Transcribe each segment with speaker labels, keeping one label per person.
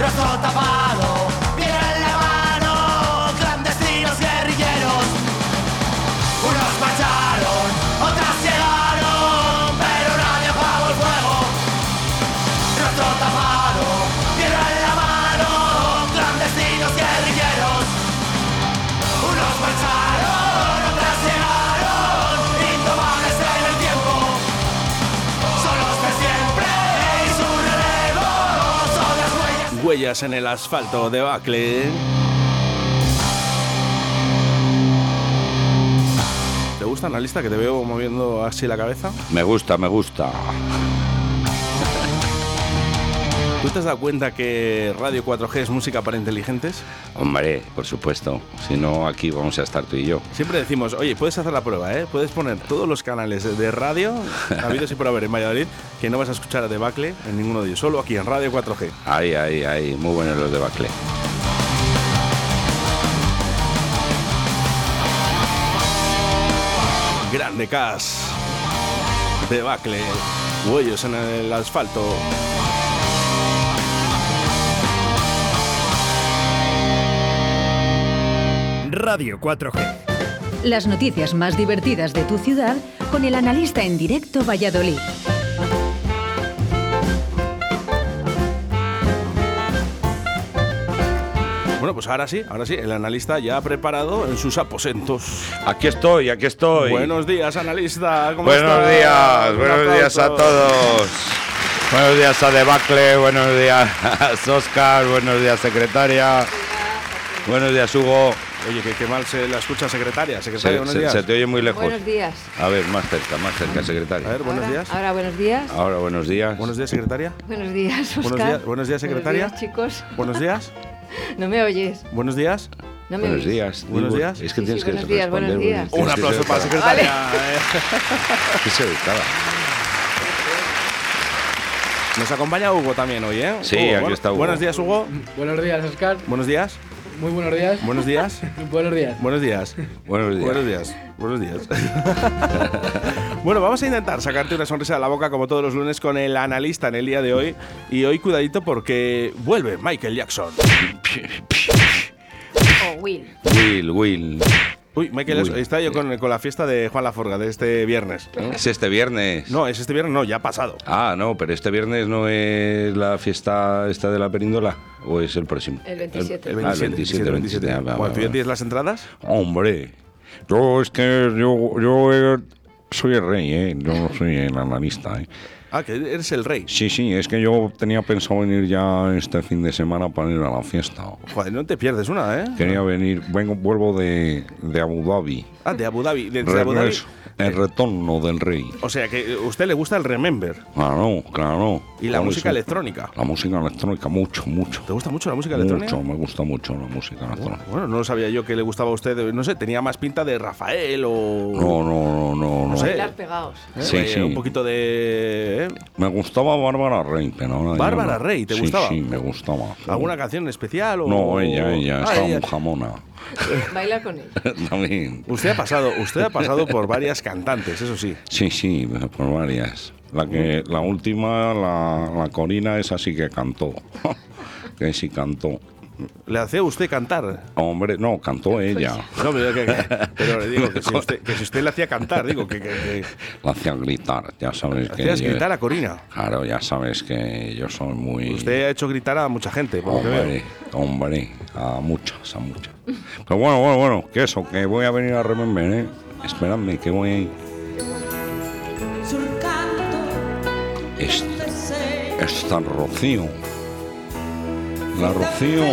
Speaker 1: rostro tapado, piedra en la mano, clandestinos guerrilleros. Unos marcharon, otras llegaron, pero nadie apagó el fuego. Rostro tapado, piedra en la mano, clandestinos guerrilleros. Unos marcharon, otras llegaron, indomables en el tiempo. Son los de siempre y su relevo son las huellas.
Speaker 2: Huellas en el asfalto de Bacle. ¿Te gusta la lista que te veo moviendo así la cabeza?
Speaker 3: Me gusta, me gusta.
Speaker 2: ¿Tú te has dado cuenta que Radio 4G es música para inteligentes?
Speaker 3: Hombre, por supuesto. Si no, aquí vamos a estar tú y yo.
Speaker 2: Siempre decimos, oye, puedes hacer la prueba, ¿eh? Puedes poner todos los canales de radio, habidos y por haber en Valladolid, que no vas a escuchar a Debacle en ninguno de ellos, solo aquí en Radio 4G.
Speaker 3: Ahí, ahí, ahí. Muy buenos los de Bacle.
Speaker 2: Grande Cas. Debacle. Huellos en el asfalto.
Speaker 4: Radio 4G.
Speaker 5: Las noticias más divertidas de tu ciudad con el analista en directo Valladolid.
Speaker 2: Bueno, pues ahora sí, ahora sí, el analista ya ha preparado en sus aposentos.
Speaker 3: Aquí estoy, aquí estoy.
Speaker 2: Buenos días, analista. ¿cómo
Speaker 3: Buenos
Speaker 2: estás?
Speaker 3: días,
Speaker 2: Un
Speaker 3: buenos días a
Speaker 2: aplauso.
Speaker 3: todos. Buenos días a Debacle, buenos días Oscar, buenos días secretaria. Buenos días Hugo.
Speaker 2: Oye, que, que mal se la escucha, secretaria. Secretaria,
Speaker 3: Se,
Speaker 2: buenos
Speaker 3: se-
Speaker 2: días.
Speaker 3: se te oye muy lejos.
Speaker 6: Buenos días.
Speaker 3: A ver, más cerca, más cerca, secretaria.
Speaker 2: A ver, buenos
Speaker 6: ahora,
Speaker 2: días.
Speaker 6: Ahora, buenos días.
Speaker 3: Ahora, buenos días.
Speaker 2: Buenos días, secretaria.
Speaker 6: Buenos días, Oscar.
Speaker 2: Buenos días, buenos días, secretaria.
Speaker 6: Buenos días, chicos.
Speaker 2: Buenos días.
Speaker 6: No me oyes.
Speaker 2: Buenos días.
Speaker 6: No me
Speaker 3: Buenos
Speaker 6: oyes.
Speaker 3: días.
Speaker 2: Buenos
Speaker 3: Digo,
Speaker 2: días.
Speaker 3: Es que
Speaker 6: Sí,
Speaker 3: tienes
Speaker 6: sí,
Speaker 3: que
Speaker 6: buenos días,
Speaker 3: responder,
Speaker 6: buenos días.
Speaker 3: tienes
Speaker 2: Un
Speaker 3: que
Speaker 2: aplauso
Speaker 3: ser
Speaker 2: para la secretaria. eh.
Speaker 3: Que se dedicaba.
Speaker 2: Nos acompaña Hugo también hoy, ¿eh?
Speaker 3: Sí,
Speaker 2: Hugo,
Speaker 3: aquí
Speaker 2: bueno,
Speaker 3: está Hugo.
Speaker 2: Buenos días, Hugo.
Speaker 7: Buenos días, Oscar.
Speaker 2: Buenos días.
Speaker 7: Muy buenos días.
Speaker 2: Buenos días.
Speaker 7: Buenos días.
Speaker 2: Buenos días.
Speaker 3: Buenos días.
Speaker 2: Buenos días. Buenos días. bueno, vamos a intentar sacarte una sonrisa de la boca como todos los lunes con el analista en el día de hoy. Y hoy cuidadito porque vuelve Michael Jackson.
Speaker 6: O Oh, Will.
Speaker 3: Will, Will.
Speaker 2: Uy, Michael Jackson.
Speaker 3: Uy.
Speaker 2: Estaba yo con, con la fiesta de Juan Laforga de este viernes. ¿no?
Speaker 3: Es este viernes.
Speaker 2: No, es este viernes, no, ya ha pasado.
Speaker 3: Ah, no, pero este viernes no es la fiesta esta de la perindola. ¿O es el próximo?
Speaker 6: El 27.
Speaker 2: El
Speaker 3: Ah, el
Speaker 2: 27,
Speaker 3: 27,
Speaker 2: 27,
Speaker 3: 27. Ah, va,
Speaker 2: Bueno,
Speaker 3: va,
Speaker 2: ¿tú ya
Speaker 3: va.
Speaker 2: tienes las entradas?
Speaker 3: Hombre, yo es que yo, yo eh, soy el rey, ¿eh? Yo no soy el analista, ¿eh?
Speaker 2: Ah, que eres el rey.
Speaker 3: Sí, sí, es que yo tenía pensado venir ya este fin de semana para ir a la fiesta.
Speaker 2: Joder, no te pierdes una, ¿eh?
Speaker 3: Quería venir, vengo, vuelvo de, de Abu Dhabi.
Speaker 2: Ah, de Abu Dhabi. De, de Abu Dhabi.
Speaker 3: Regreso, el retorno del rey.
Speaker 2: O sea, que a usted le gusta el Remember
Speaker 3: Claro, claro.
Speaker 2: y la
Speaker 3: Por
Speaker 2: música
Speaker 3: eso-
Speaker 2: electrónica.
Speaker 3: La música electrónica, mucho, mucho.
Speaker 2: ¿Te gusta mucho la música electrónica?
Speaker 3: Mucho, me gusta mucho la música electrónica.
Speaker 2: Bueno, no sabía yo que le gustaba a usted. No sé, tenía más pinta de Rafael o.
Speaker 3: No, no, no, no, no.
Speaker 2: sé.
Speaker 6: Bailar pegados.
Speaker 2: ¿eh?
Speaker 3: Sí,
Speaker 2: Eh,
Speaker 3: sí.
Speaker 2: Un poquito de. ¿eh?
Speaker 3: Me gustaba Bárbara Rey, pero ahora ya
Speaker 2: ¿Bárbara
Speaker 3: no.
Speaker 2: Rey, te
Speaker 3: Sí,
Speaker 2: gustaba?
Speaker 3: Sí, me gustaba.
Speaker 2: ¿Alguna canción especial? O...
Speaker 3: No, ella, ella,
Speaker 2: Ah,
Speaker 3: estaba
Speaker 2: ella.
Speaker 3: un jamona.
Speaker 6: Baila con él.
Speaker 3: También.
Speaker 2: Usted ha pasado, usted ha pasado por varias cantantes, eso sí.
Speaker 3: Sí, sí, por varias. La que la última, la, la Corina, esa sí que cantó. que sí cantó.
Speaker 2: ¿Le hacía usted cantar?
Speaker 3: Hombre, no, cantó ella.
Speaker 2: No, pero, que- que- pero le digo que si, usted, que si usted le hacía cantar, digo que. que, que-
Speaker 3: La hacía gritar, ya sabes que.
Speaker 2: hacías
Speaker 3: yo-
Speaker 2: gritar a Corina.
Speaker 3: Claro, ya sabes que yo soy muy.
Speaker 2: Usted ha hecho gritar a mucha gente, por lo que veo.
Speaker 3: Hombre, hombre, a muchas, a muchas. Pero bueno, bueno, bueno, que eso, que voy a venir a Remember, ¿eh? Esperadme, que voy ahí. Es- Está Rocío. La Rocío.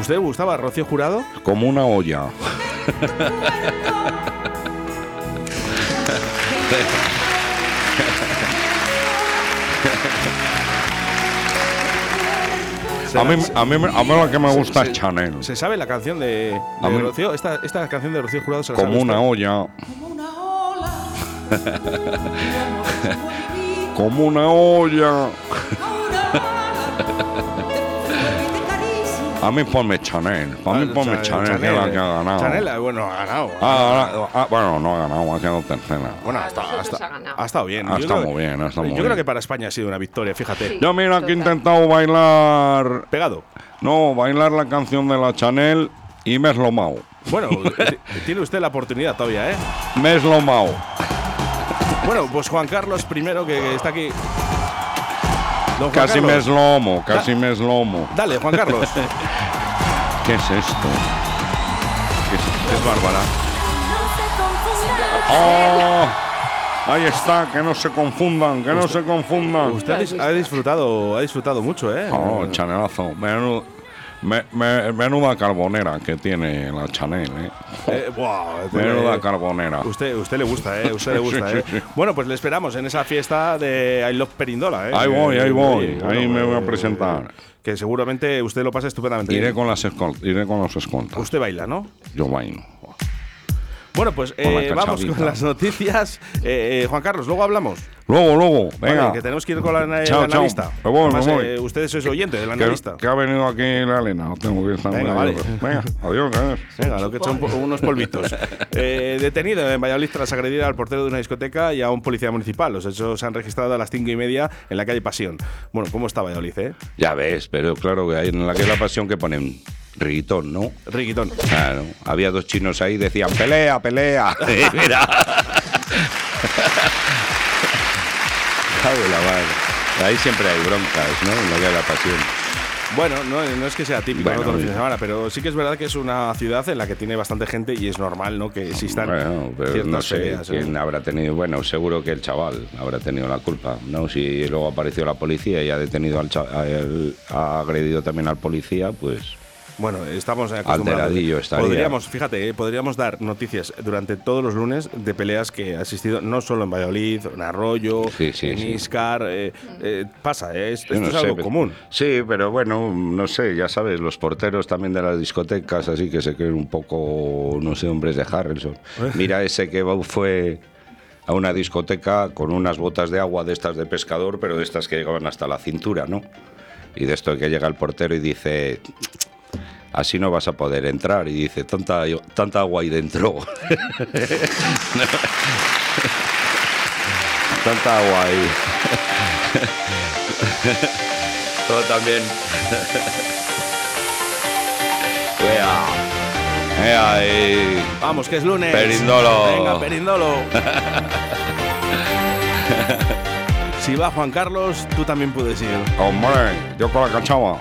Speaker 2: ¿Usted le gustaba Rocío Jurado?
Speaker 3: Como una olla. A mí, a, mí, a mí lo que me gusta es Chanel.
Speaker 2: ¿Se sabe la canción de,
Speaker 3: A
Speaker 2: de
Speaker 3: mí-
Speaker 2: Rocío? Esta, esta canción de Rocío Jurado se la
Speaker 3: Como
Speaker 2: sabe
Speaker 3: una
Speaker 2: usted.
Speaker 3: olla. Como una olla. A mí ponme Chanel. A mí ponme Chanel, que es la que ha ganado.
Speaker 2: Chanel, eh, bueno, ha ganado.
Speaker 3: Ah, ahora- ah, bueno, no ha ganado, ha quedado tercera.
Speaker 2: Bueno,
Speaker 6: Ah,
Speaker 2: hasta,
Speaker 6: nosotros
Speaker 2: hasta-
Speaker 6: ha ganado.
Speaker 2: ha estado bien.
Speaker 3: Ha
Speaker 2: Yo
Speaker 3: estado
Speaker 2: creo-
Speaker 3: Ah, muy bien, ha estado muy
Speaker 2: Yo
Speaker 3: bien.
Speaker 2: creo que para España ha sido una victoria, fíjate.
Speaker 6: Sí.
Speaker 3: Yo mira que he
Speaker 6: Total.
Speaker 3: intentado bailar.
Speaker 2: Pegado.
Speaker 3: No, bailar la canción de la Chanel y me he eslomao.
Speaker 2: Bueno, t- tiene usted la oportunidad todavía, ¿eh?
Speaker 3: Me he eslomao.
Speaker 2: Bueno, pues Juan Carlos primero que está aquí. Don Juan
Speaker 3: Casi me
Speaker 2: Carlos.
Speaker 3: eslomo, casi me eslomo.
Speaker 2: Dale, Juan Carlos.
Speaker 3: ¿Qué es esto? ¿Qué es este? esto?
Speaker 2: es Bárbara.
Speaker 3: Oh. ¡Ah! Ahí está, que no se confundan, que no se confundan.
Speaker 2: Usted ha dis- ha disfrutado, ha disfrutado mucho, ¿eh?
Speaker 3: Oh, chanelazo. Menu- me- me- menuda carbonera que tiene la Chanel, ¿eh?
Speaker 2: Eh, buah,
Speaker 3: Menuda
Speaker 2: eh,
Speaker 3: carbonera.
Speaker 2: Usted, usted le gusta, ¿eh? Usted le gusta,
Speaker 3: Sí,
Speaker 2: ¿eh?
Speaker 3: sí, sí.
Speaker 2: Bueno, pues le esperamos en esa fiesta de I Love Perindola, ¿eh?
Speaker 3: Ahí voy, ahí voy,
Speaker 2: Eh,
Speaker 3: ahí me voy a
Speaker 2: eh,
Speaker 3: presentar.
Speaker 2: Que seguramente usted lo pasa estupendamente.
Speaker 3: Iré
Speaker 2: bien.
Speaker 3: con, las escol- iré con los escoltas.
Speaker 2: Usted baila, ¿no?
Speaker 3: Yo bailo.
Speaker 2: Bueno, pues
Speaker 3: Con la
Speaker 2: eh, vamos
Speaker 3: cachavita.
Speaker 2: con las noticias. Eh, eh, Juan Carlos, luego hablamos.
Speaker 3: Luego, luego, venga.
Speaker 2: Vale, que tenemos que ir con la, el
Speaker 3: Chao, chao.
Speaker 2: analista.
Speaker 3: Me voy, me
Speaker 2: Además,
Speaker 3: voy.
Speaker 2: eh, ustedes sois oyentes del
Speaker 3: que,
Speaker 2: analista.
Speaker 3: que ha venido aquí la Elena. no Tengo que estar
Speaker 2: Venga,
Speaker 3: muy-
Speaker 2: vale.
Speaker 3: Venga, adiós. ¿eh? adiós.
Speaker 2: Venga, lo que son po- unos polvitos. Eh, detenido en Valladolid tras agredir al portero de una discoteca y a un policía municipal. Los hechos se han registrado a las cinco y media en la calle Pasión. Bueno, ¿cómo está Valladolid, eh?
Speaker 3: Ya ves, pero claro que hay en la que la pasión que ponen reggaetón, ¿no?
Speaker 2: Riquitón.
Speaker 3: Claro, había dos chinos ahí decían pelea, pelea. Mira. Cago en la madre. Ahí siempre hay broncas, ¿no? En la que hay la pasión.
Speaker 2: Bueno, no, no es que sea típico
Speaker 3: Bueno,
Speaker 2: ¿no? todos los fines
Speaker 3: bien.
Speaker 2: de semana, pero sí que es verdad que es una ciudad en la que tiene bastante gente y es normal, ¿no? Que existan
Speaker 3: Bueno, pero
Speaker 2: ciertas
Speaker 3: no sé
Speaker 2: peleas, ¿eh?
Speaker 3: quién habrá tenido. Bueno, seguro que el chaval habrá tenido la culpa, ¿no? Si luego apareció la policía y ha detenido al cha- a él, ha agredido también al policía, pues.
Speaker 2: Bueno, estamos acostumbrados.
Speaker 3: Alteradillo estaría.
Speaker 2: Podríamos, fíjate, eh, podríamos dar noticias durante todos los lunes de peleas que ha asistido no solo en Valladolid, en Arroyo,
Speaker 3: Sí, sí,
Speaker 2: en
Speaker 3: sí.
Speaker 2: Iscar. eh, eh, pasa, eh, es-
Speaker 3: Yo
Speaker 2: esto
Speaker 3: no
Speaker 2: es
Speaker 3: sé,
Speaker 2: algo
Speaker 3: pero-
Speaker 2: común.
Speaker 3: Sí, pero bueno, no sé, ya sabes, los porteros también de las discotecas, así que se creen un poco, no sé, hombres de Harrelson.
Speaker 2: Eh.
Speaker 3: Mira ese que va- fue a una discoteca con unas botas de agua de estas de pescador, pero de estas que llegaban hasta la cintura, ¿no? Y de esto que llega el portero y dice, así no vas a poder entrar, y dice, tanta, tanta agua ahí dentro. tanta agua ahí. Todo también. Vea. Vea ahí.
Speaker 2: Vamos, que es lunes.
Speaker 3: Perindolo.
Speaker 2: Venga, Perindolo. si va Juan Carlos, tú también puedes ir.
Speaker 3: Hombre, yo con la cachava.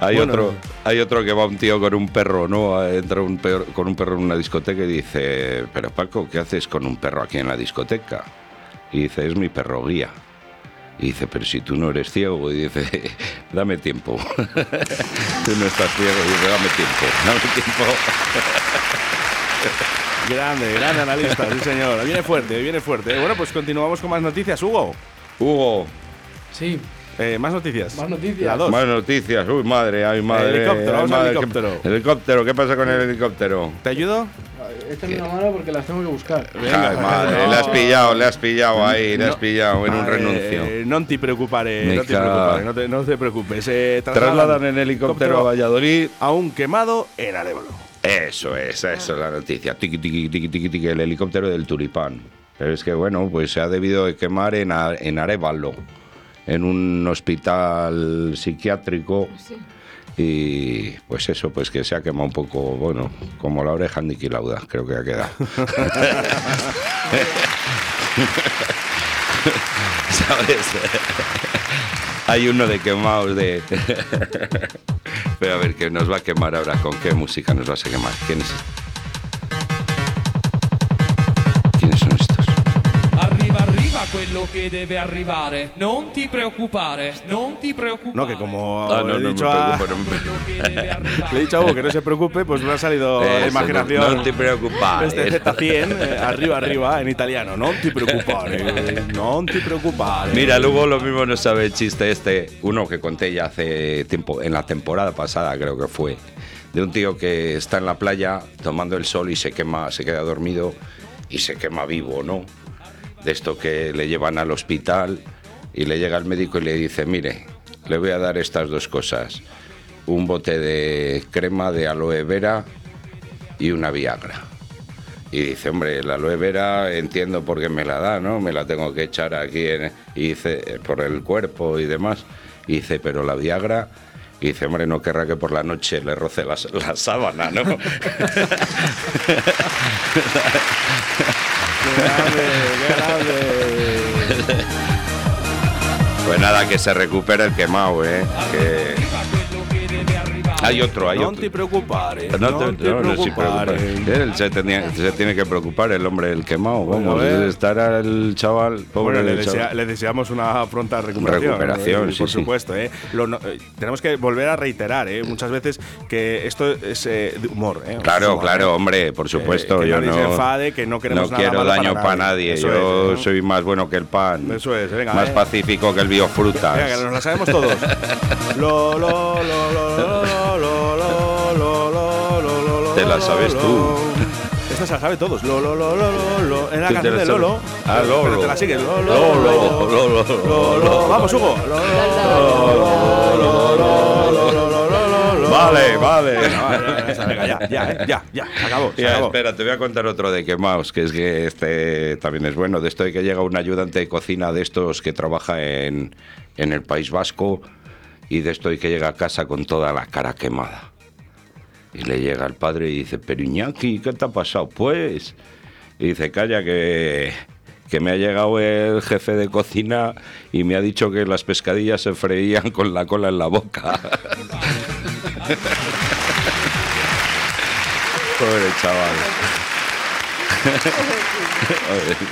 Speaker 3: Hay,
Speaker 2: Bueno.
Speaker 3: otro, hay otro que va un tío con un perro, ¿no? Entra un perro, con un perro en una discoteca y dice, pero Paco, ¿qué haces con un perro aquí en la discoteca? Y dice, es mi perro guía. Y dice, pero si tú no eres ciego, y dice, dame tiempo. tú no estás ciego, y dice, dame tiempo, dame tiempo.
Speaker 2: Grande, gran analista, sí señor. Viene fuerte, viene fuerte. Bueno, pues continuamos con más noticias, Hugo.
Speaker 3: Hugo,
Speaker 7: Sí,
Speaker 2: Eh, más noticias.
Speaker 7: Más noticias.
Speaker 2: La dos.
Speaker 3: más noticias. Uy, madre, ay, madre.
Speaker 2: Helicóptero,
Speaker 3: ay,
Speaker 2: vamos al
Speaker 3: madre,
Speaker 2: helicóptero.
Speaker 3: ¿Qué, helicóptero, ¿qué pasa con el helicóptero?
Speaker 2: ¿Te ayudo?
Speaker 7: échame una mano porque las tengo que buscar.
Speaker 2: Venga.
Speaker 3: Ay, madre, le has pillado, le has pillado ahí, le has pillado en un
Speaker 2: Eh,
Speaker 3: renuncio.
Speaker 2: No te preocupare, no te
Speaker 3: Mica.
Speaker 2: preocupare, no te, no te preocupes. Eh,
Speaker 3: Trasladan en helicóptero a Valladolid.
Speaker 2: a un quemado en Arevalo.
Speaker 3: Eso es, eso es la noticia. Tiqui, tiqui, tiqui, tiqui, tiqui, el helicóptero del Tulipán. Pero es que, bueno, pues se ha debido de quemar en, A- en Arevalo, en un hospital psiquiátrico. Y pues eso, pues que se ha quemado un poco, bueno, como la oreja de Niki Lauda, creo que ha quedado. ¿Sabes? Hay uno de quemados de... Pero a ver, que nos va a quemar ahora. ¿Con qué música nos vas a quemar? ¿Quién es este? ¿Quiénes son estos?
Speaker 8: Arriva, arriva quello che deve arrivare. Non ti preoccupare, non ti preoccupare.
Speaker 2: No, que como
Speaker 3: Ah, no,
Speaker 2: Oh, he
Speaker 3: no me
Speaker 2: dicho a,
Speaker 3: preocupo, no me preocupo.
Speaker 8: Quello che deve
Speaker 2: le he
Speaker 8: arrivare.
Speaker 2: dicho a Hugo que no se preocupe, pues me ha salido
Speaker 3: Eso,
Speaker 2: la
Speaker 3: no-
Speaker 2: imaginación.
Speaker 3: No, te preocupes.
Speaker 2: este Z100, eh, arriba, arriba, en italiano. No te preocupare, no te preocupare.
Speaker 3: Mira, luego lo mismo no sabe el chiste este, uno que conté ya hace tiempo, en la temporada pasada creo que fue, de un tío que está en la playa tomando el sol y se quema, se queda dormido y se quema vivo, ¿no? De esto que le llevan al hospital y le llega el médico y le dice, mire, le voy a dar estas dos cosas. Un bote de crema de aloe vera y una Viagra. Y dice, hombre, la aloe vera entiendo por qué me la da, ¿no? Me la tengo que echar aquí en- y dice, eh, por el cuerpo y demás. Y dice, pero la Viagra... Y dice, hombre, no querrá que por la noche le roce la, s- la sábana, ¿no? Pues nada, que se recupera el quemado, ¿eh? Que... Hay otro, hay
Speaker 2: No
Speaker 3: otro.
Speaker 2: te preocupes.
Speaker 3: No,
Speaker 2: No
Speaker 3: te-
Speaker 2: te
Speaker 3: no, no se
Speaker 2: preocupes.
Speaker 3: preocupe. Él se, tenía- se tiene que preocupar, el hombre del quemado.
Speaker 2: Bueno,
Speaker 3: Vamos,
Speaker 2: a ver.
Speaker 3: estará el chaval. Pobre
Speaker 2: Bueno, le,
Speaker 3: del
Speaker 2: desea-
Speaker 3: chaval.
Speaker 2: le deseamos una pronta recuperación.
Speaker 3: Recuperación,
Speaker 2: eh,
Speaker 3: sí,
Speaker 2: Por
Speaker 3: sí.
Speaker 2: supuesto, eh. Lo no- eh, tenemos que volver a reiterar, eh, Muchas veces que esto es eh, de humor, eh, es
Speaker 3: Claro,
Speaker 2: humor,
Speaker 3: claro,
Speaker 2: eh.
Speaker 3: hombre, por supuesto.
Speaker 2: que
Speaker 3: yo
Speaker 2: nadie
Speaker 3: no,
Speaker 2: se enfade, que no queremos nada
Speaker 3: quiero
Speaker 2: malo para
Speaker 3: daño para
Speaker 2: nadie.
Speaker 3: nadie.
Speaker 2: Eso
Speaker 3: Yo
Speaker 2: es, ¿no?
Speaker 3: soy más bueno que el pan.
Speaker 2: Eso es, venga,
Speaker 3: Más
Speaker 2: eh.
Speaker 3: pacífico que el biofrutas.
Speaker 2: Venga, que nos la sabemos todos. Lo, lo, lo, lo, lo, lo, lo, lo, lo, lo, lo, lo,
Speaker 3: Te la sabes
Speaker 2: lo.
Speaker 3: tú.
Speaker 2: Esta se la sabe todos. Lo, lo, lo, lo, lo, lo. Era la
Speaker 3: Tú te
Speaker 2: canción
Speaker 3: la
Speaker 2: de
Speaker 3: sabes.
Speaker 2: Lolo.
Speaker 3: Ah,
Speaker 2: Pero- pero
Speaker 3: Lolo.
Speaker 2: te la sigues. Lo, lo,
Speaker 3: Lolo,
Speaker 2: lo,
Speaker 3: Lolo,
Speaker 2: lo, lo. Vamos, Hugo. Lo,
Speaker 3: Vale, vale.
Speaker 2: Venga, ya, ya, eh, ya, ya. Se acabó, se
Speaker 3: Ya,
Speaker 2: acabó.
Speaker 3: espera, te voy a contar otro de quemaos, que es que este también es bueno. De esto de que llega un ayudante de cocina de estos que trabaja en, en el País Vasco y de esto de que llega a casa con toda la cara quemada. Y le llega el padre y dice, pero Iñaki, ¿qué te ha pasado? Pues... Y dice, calla, que, que me ha llegado el jefe de cocina y me ha dicho que las pescadillas se freían con la cola en la boca. Pobre chaval.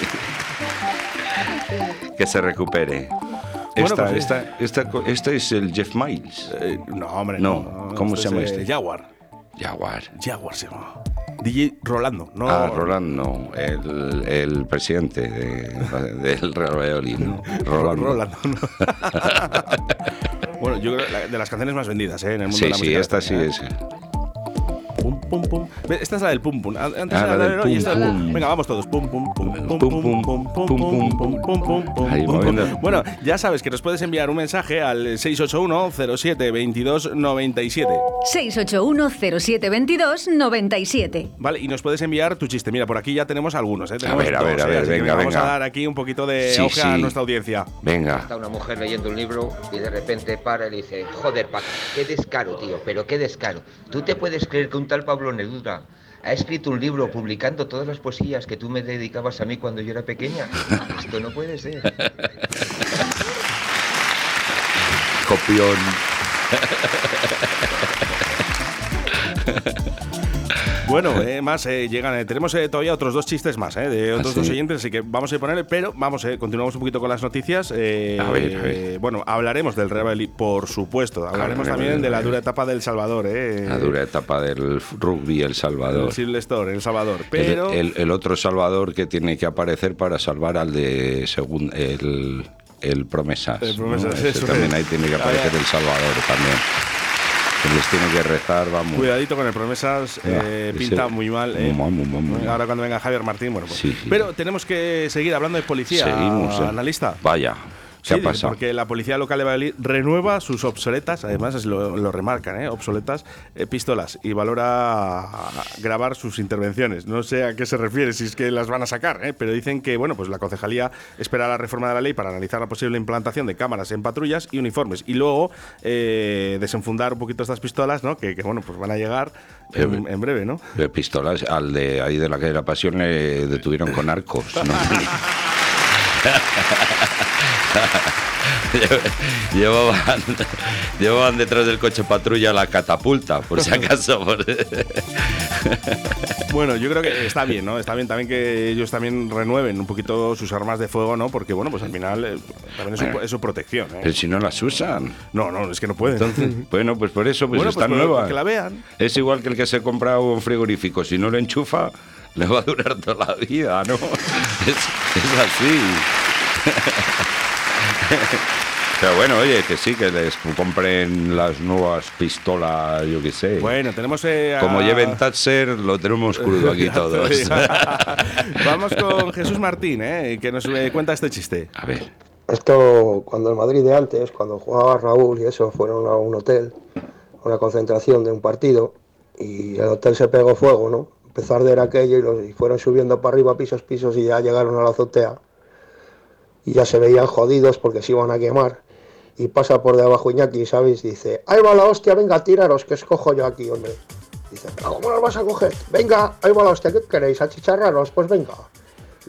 Speaker 3: Joder. que se recupere.
Speaker 2: Bueno,
Speaker 3: Esta,
Speaker 2: pues sí.
Speaker 3: esta, esta co- este es el Jeff Miles.
Speaker 2: Eh, No, hombre.
Speaker 3: No, ¿cómo se llama
Speaker 2: es, eh,
Speaker 3: este?
Speaker 2: Jaguar.
Speaker 3: Jaguar.
Speaker 2: Jaguar se llama. DJ Rolando. No,
Speaker 3: Ah, Rolando, el, el presidente de- del Real Valladolid, ¿no? Rolando.
Speaker 2: Rolando. ¿no? bueno, yo creo que la- de las canciones más vendidas ¿eh? en el mundo de
Speaker 3: Sí,
Speaker 2: la
Speaker 3: sí,
Speaker 2: música
Speaker 3: esta sí
Speaker 2: latina,
Speaker 3: es.
Speaker 2: ¿eh? Pum, pum, pum. Ve, Esta es la del pum pum. An- Antes
Speaker 3: Ah,
Speaker 2: era
Speaker 3: la
Speaker 2: la
Speaker 3: del
Speaker 2: del y esta-
Speaker 3: pum, pum.
Speaker 2: Venga, vamos todos. Pum pum pum pum pum
Speaker 3: Pum, pum,
Speaker 2: pum pum
Speaker 3: pum,
Speaker 2: pum
Speaker 3: pum,
Speaker 2: pum pum pum pum.
Speaker 3: Ahí,
Speaker 2: pum,
Speaker 3: moviendo.
Speaker 2: pum. Bueno, ya sabes que nos puedes enviar un mensaje al 681 07 22 97.
Speaker 5: 681-0722-97.
Speaker 2: Vale, y nos puedes enviar tu chiste. Mira, por aquí ya tenemos algunos, ¿eh? Tenemos
Speaker 3: ver, a ver,
Speaker 2: dos,
Speaker 3: a
Speaker 2: ¿eh?
Speaker 3: ver,
Speaker 2: Así que
Speaker 3: venga,
Speaker 2: Vamos a
Speaker 3: venga.
Speaker 2: dar aquí un poquito de
Speaker 3: Sí,
Speaker 2: auge a
Speaker 3: sí.
Speaker 2: nuestra audiencia.
Speaker 3: Venga.
Speaker 9: Está una mujer leyendo un libro y de repente para y le dice, joder, Paco, qué descaro, tío, pero qué descaro. ¿Tú te puedes creer que un tal Pablo Neruda ha escrito un libro publicando todas las poesías que tú me dedicabas a mí cuando yo era pequeña? Esto no puede ser.
Speaker 3: Copión.
Speaker 2: Bueno, eh, más eh, llegan. eh, tenemos eh, todavía otros dos chistes más eh, de otros
Speaker 3: ¿Ah, sí?
Speaker 2: dos oyentes, así que vamos a ir ponerle. Pero vamos, eh, continuamos un poquito con las noticias. eh,
Speaker 3: A ver, a ver.
Speaker 2: eh, bueno, hablaremos del Real Madrid, por supuesto. Hablaremos
Speaker 3: Real
Speaker 2: también
Speaker 3: Madrid,
Speaker 2: de la
Speaker 3: Real
Speaker 2: dura
Speaker 3: Madrid.
Speaker 2: etapa del Salvador. Eh,
Speaker 3: eh, La dura etapa del rugby El Salvador.
Speaker 2: El Silvestor, El Salvador.
Speaker 3: El-
Speaker 2: Pero.
Speaker 3: el, el otro Salvador que tiene que aparecer para salvar al de según el, el promesas.
Speaker 2: El Promesas,
Speaker 3: Ese
Speaker 2: eso
Speaker 3: también
Speaker 2: es. Ah,
Speaker 3: ahí tiene que aparecer el Salvador también. Que les tiene que rezar, vamos.
Speaker 2: Cuidadito con el promesas, eh,
Speaker 3: Ah, ese-
Speaker 2: pinta muy mal. eh.
Speaker 3: Muy mal, muy mal, muy mal.
Speaker 2: Ahora cuando venga Javier Martín, bueno, pues.
Speaker 3: Sí, sí.
Speaker 2: Pero tenemos que seguir hablando de policía,
Speaker 3: Seguimos. eh.
Speaker 2: analista.
Speaker 3: Vaya.
Speaker 2: Sí,
Speaker 3: ¿Qué ha pasado?
Speaker 2: Porque la policía local de Valladolid renueva sus obsoletas, además es lo, lo remarcan, ¿eh? obsoletas eh, pistolas y valora a- a grabar sus intervenciones. No sé a qué se refiere, si es que las van a sacar, ¿eh? pero dicen que bueno, pues la concejalía espera la reforma de la ley para analizar la posible implantación de cámaras en patrullas y uniformes y luego eh, desenfundar un poquito estas pistolas, ¿no? que, que, bueno, pues van a llegar en, en breve, ¿no?
Speaker 3: De Eh, pistolas, al de ahí de la calle de la Pasión le detuvieron con arcos. ¿no? llevaban, llevaban detrás del coche patrulla la catapulta, por si acaso. por-
Speaker 2: Bueno, yo creo que está bien, ¿no? Está bien también que ellos también renueven un poquito sus armas de fuego, ¿no? Porque, bueno, pues al final eh, también es su, es su protección, ¿eh?
Speaker 3: Pero si no las usan.
Speaker 2: No, no, es que no pueden.
Speaker 3: Entonces, bueno, pues por eso pues
Speaker 2: Bueno, pues
Speaker 3: están
Speaker 2: por-
Speaker 3: nuevas.
Speaker 2: para que la vean.
Speaker 3: Es igual que el que se compra un frigorífico. Si no lo enchufa, le va a durar toda la vida, ¿no? Es, es así. Pero bueno, oye, que sí, que les compren las nuevas pistolas, yo qué sé.
Speaker 2: Bueno, tenemos. eh, a-
Speaker 3: Como lleven Thatcher, lo tenemos crudo aquí todos.
Speaker 2: Vamos con Jesús Martín, ¿eh? que nos eh, cuenta este chiste.
Speaker 3: A ver.
Speaker 10: Esto, cuando el Madrid de antes, cuando jugaba Raúl y eso, fueron a un hotel, a una concentración de un partido, y el hotel se pegó fuego, ¿no? Empezó a arder aquello y, los- y fueron subiendo para arriba pisos, pisos y ya llegaron a la azotea. Y ya se veían jodidos porque se iban a quemar. Y pasa por debajo Iñaki, ¿sabéis? Dice, ahí va la hostia, venga, tiraros, que os cojo yo aquí, hombre. Dice, "Pero ¿cómo los vas a coger? Venga, ahí va la hostia, ¿qué queréis? ¿Achicharraros? Pues venga.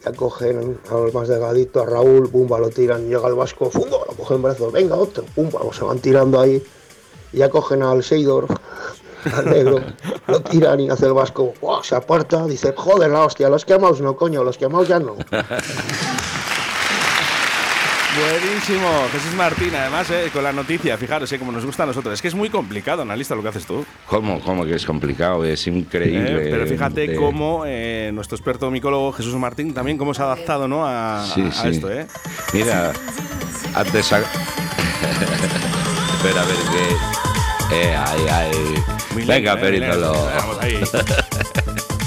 Speaker 10: Ya cogen a los más delgadito, a Raúl, pumba, lo tiran, llega el vasco, ¡fumba! lo cogen brazo, venga otro, pumba, lo se van tirando ahí, y ya cogen al Seidor, al negro, lo tiran y hace el vasco, ¡buah! se aparta, dice, joder la hostia, los quemados no, coño, los quemados ya no.
Speaker 2: Buenísimo, Jesús Martín, además, eh, con la noticia, fijaros, eh, como nos gusta a nosotros. Es que es muy complicado, analista, lo que haces tú.
Speaker 3: ¿Cómo, cómo que es complicado? Es
Speaker 2: Eh,
Speaker 3: increíble.
Speaker 2: pero fíjate
Speaker 3: de-
Speaker 2: cómo eh, nuestro experto micólogo Jesús Martín también cómo se ha adaptado ¿no? a,
Speaker 3: Sí,
Speaker 2: a
Speaker 3: sí.
Speaker 2: esto. ¿eh?
Speaker 3: Mira, antes. ha- Espera, a ver qué. Eh, ay, ay.
Speaker 2: Muy
Speaker 3: Venga,
Speaker 2: lento, eh, muy
Speaker 3: Perítolo.
Speaker 2: lento. Vamos ahí.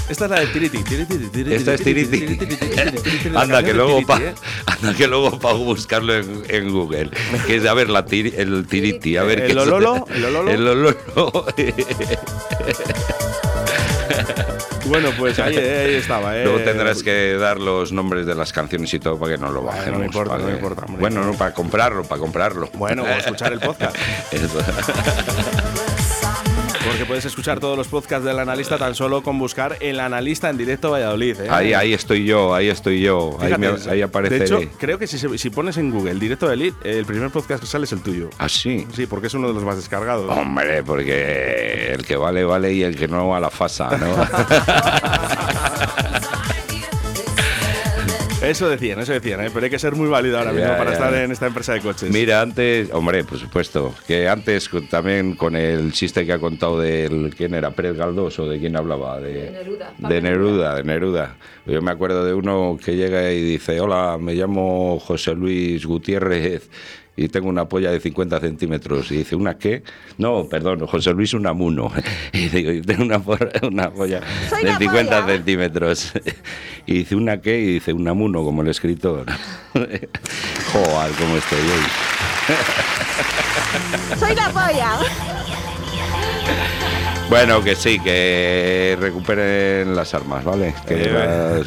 Speaker 2: Esta es la de Tiriti. tiriti, tiriti,
Speaker 3: Esta es Tiriti.
Speaker 2: tiriti, tiriti, tiriti, la
Speaker 3: Anda
Speaker 2: canción
Speaker 3: que,
Speaker 2: de
Speaker 3: luego
Speaker 2: Tiriti,
Speaker 3: pa-
Speaker 2: ¿eh?
Speaker 3: anda que luego pago buscarlo en, en Google. Que es, a ver, la tiri- el tiriti. A ver
Speaker 2: ¿El
Speaker 3: qué es-
Speaker 2: ololo? ¿El ololo? Eh,
Speaker 3: El ololo.
Speaker 2: Bueno, pues ahí, eh, ahí estaba. ¿eh?
Speaker 3: Luego tendrás que dar los nombres de las canciones y todo para que no lo
Speaker 2: Bueno,
Speaker 3: bajemos.
Speaker 2: no me importa,
Speaker 3: para
Speaker 2: no me
Speaker 3: que-
Speaker 2: importa, hombre.
Speaker 3: Bueno, no, para comprarlo, para comprarlo.
Speaker 2: Bueno, o escuchar el podcast.
Speaker 3: Eso.
Speaker 2: Porque puedes escuchar todos los podcasts del analista tan solo con buscar el analista en directo Valladolid. ¿eh?
Speaker 3: Ahí, ahí estoy yo, ahí estoy yo. Ahí,
Speaker 2: Fíjate,
Speaker 3: me- ahí aparece.
Speaker 2: De hecho, creo que si, se- si pones en Google directo de Elite, el primer podcast que sale es el tuyo.
Speaker 3: ¿Ah, sí?
Speaker 2: Sí, porque es uno de los más descargados.
Speaker 3: Hombre, porque el que vale, vale y el que no a la fasa, ¿no?
Speaker 2: Eso decían, eso decían, ¿eh? pero hay que ser muy válido ahora
Speaker 3: Ya,
Speaker 2: mismo para
Speaker 3: ya.
Speaker 2: estar en esta empresa de coches.
Speaker 3: Mira, antes, hombre, por supuesto, que antes con- también con el chiste que ha contado del quién era, Pérez Galdós o de quién hablaba, de
Speaker 6: Neruda.
Speaker 3: de Neruda, de Neruda. Yo me acuerdo de uno que llega y dice, hola, me llamo José Luis Gutiérrez y tengo una polla de 50 centímetros. Y dice, ¿una qué? No, perdón, José Luis Unamuno. Y digo, "Yo tengo una, por- una polla
Speaker 11: Soy
Speaker 3: de
Speaker 11: una
Speaker 3: 50
Speaker 11: polla.
Speaker 3: centímetros. Y dice, ¿una qué? Y dice, Unamuno, como el escritor. Joder, cómo estoy hoy.
Speaker 11: Soy la polla.
Speaker 3: Bueno, que sí, que recuperen las armas, ¿vale? Que
Speaker 2: Eh,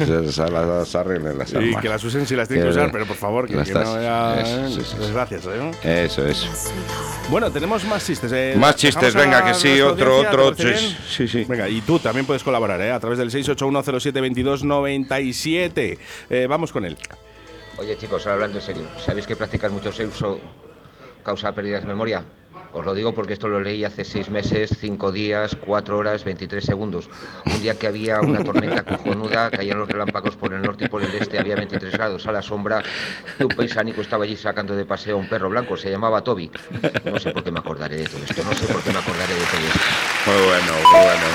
Speaker 3: las, las- las arreglen las
Speaker 2: Sí,
Speaker 3: armas.
Speaker 2: que las usen si las tienen que usar, pero por favor, que,
Speaker 3: las
Speaker 2: que no
Speaker 3: tas-
Speaker 2: haya
Speaker 3: eso,
Speaker 2: eh,
Speaker 3: sí, sí, sí.
Speaker 2: desgracias. ¿eh?
Speaker 3: Eso, eso.
Speaker 2: Bueno, tenemos más chistes. eh, dejamos
Speaker 3: Más chistes,
Speaker 2: a
Speaker 3: venga, que sí,
Speaker 2: nuestra
Speaker 3: otro,
Speaker 2: audiencia,
Speaker 3: otro,
Speaker 2: ¿te parece
Speaker 3: sí,
Speaker 2: bien? Venga, y tú también puedes colaborar ¿eh? a través del 681072297. Eh, vamos con él.
Speaker 9: Oye chicos, ahora hablando en serio, ¿sabéis que practicar mucho sexo causa pérdidas de memoria? Os lo digo porque esto lo leí hace seis meses, cinco días, cuatro horas, 23 segundos. Un día que había una tormenta cojonuda, caían los relámpagos por el norte y por el este, había 23 grados a la sombra y un paisánico estaba allí sacando de paseo a un perro blanco, se llamaba Toby. No sé por qué me acordaré de todo esto, no sé por qué me acordaré de todo esto.
Speaker 3: Muy bueno, muy bueno.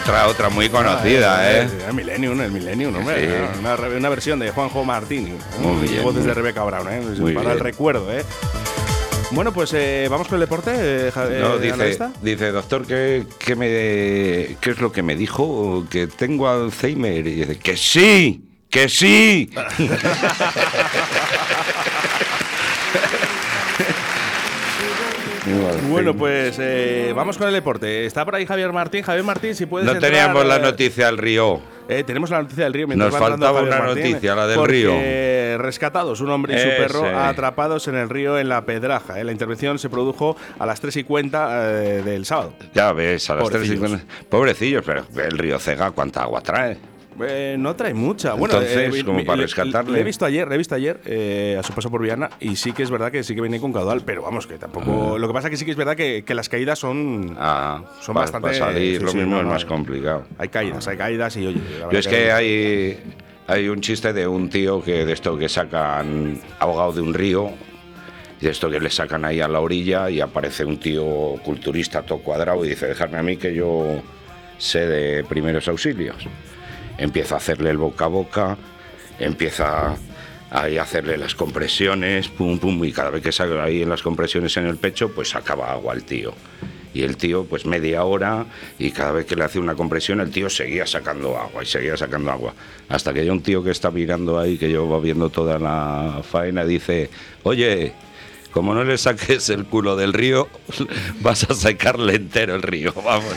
Speaker 3: Otra, otra muy conocida, ¿eh?
Speaker 2: El Millennium, el Millennium, hombre. ¿eh?
Speaker 3: Sí.
Speaker 2: Una, re- una versión de Juanjo Martini.
Speaker 3: Muy
Speaker 2: Voces
Speaker 3: bien, muy
Speaker 2: de
Speaker 3: bien.
Speaker 2: Rebeca Brown, ¿eh?
Speaker 3: Muy
Speaker 2: para el
Speaker 3: bien.
Speaker 2: recuerdo, ¿eh? Bueno, pues eh, vamos con el deporte. eh, Ja- eh,
Speaker 3: No, dice,
Speaker 2: analista.
Speaker 3: dice doctor, ¿qué, qué me, ¿qué es lo que me dijo? Que tengo Alzheimer. Y dice, que sí, que sí.
Speaker 2: Bueno, pues eh, vamos con el deporte. Está por ahí Javier Martín. Javier Martín, si puedes.
Speaker 3: No
Speaker 2: entrar,
Speaker 3: teníamos la
Speaker 2: eh,
Speaker 3: noticia del río.
Speaker 2: Eh, tenemos la noticia del río.
Speaker 3: Nos
Speaker 2: va entrando
Speaker 3: faltaba
Speaker 2: Javier
Speaker 3: una noticia, la del
Speaker 2: porque,
Speaker 3: río.
Speaker 2: eh, Rescatados, un hombre y su
Speaker 3: Ese.
Speaker 2: perro atrapados en el río en La Pedraja. eh. La intervención se produjo a las 3 y cuenta eh, del sábado.
Speaker 3: Ya ves, a las
Speaker 2: Pobrecillos.
Speaker 3: 3.50. Pobrecillos, pero el río Cega, ¿cuánta agua trae?
Speaker 2: Eh, no trae mucha. Bueno,
Speaker 3: Entonces,
Speaker 2: eh,
Speaker 3: como para
Speaker 2: le-
Speaker 3: rescatarle.
Speaker 2: Le he visto ayer, le he visto ayer eh, a su paso por Viana y sí que es verdad que sí que viene con caudal, pero vamos, que tampoco.
Speaker 3: Ah.
Speaker 2: Lo que pasa que sí que es verdad que, que las caídas son, son
Speaker 3: pa-
Speaker 2: bastante.
Speaker 3: pa salir,
Speaker 2: sí,
Speaker 3: lo
Speaker 2: sí,
Speaker 3: mismo
Speaker 2: no,
Speaker 3: es
Speaker 2: no, eh.
Speaker 3: más complicado.
Speaker 2: Hay caídas, hay caídas y oye. la
Speaker 3: Yo
Speaker 2: verdad
Speaker 3: es que hay, hay un chiste de un tío que de esto que sacan ahogado de un río Y de esto que le sacan ahí a la orilla y aparece un tío culturista todo cuadrado y dice, dejarme a mí que yo sé de primeros auxilios. Empieza a hacerle el boca a boca, empieza ahí a hacerle las compresiones, pum, pum, y cada vez que sale ahí en las compresiones en el pecho, pues sacaba agua al tío. Y el tío, pues media hora, y cada vez que le hacía una compresión, el tío seguía sacando agua y seguía sacando agua. Hasta que hay un tío que está mirando ahí, que yo va viendo toda la faena, dice: Oye, como no le saques el culo del río, vas a sacarle entero el río, vamos.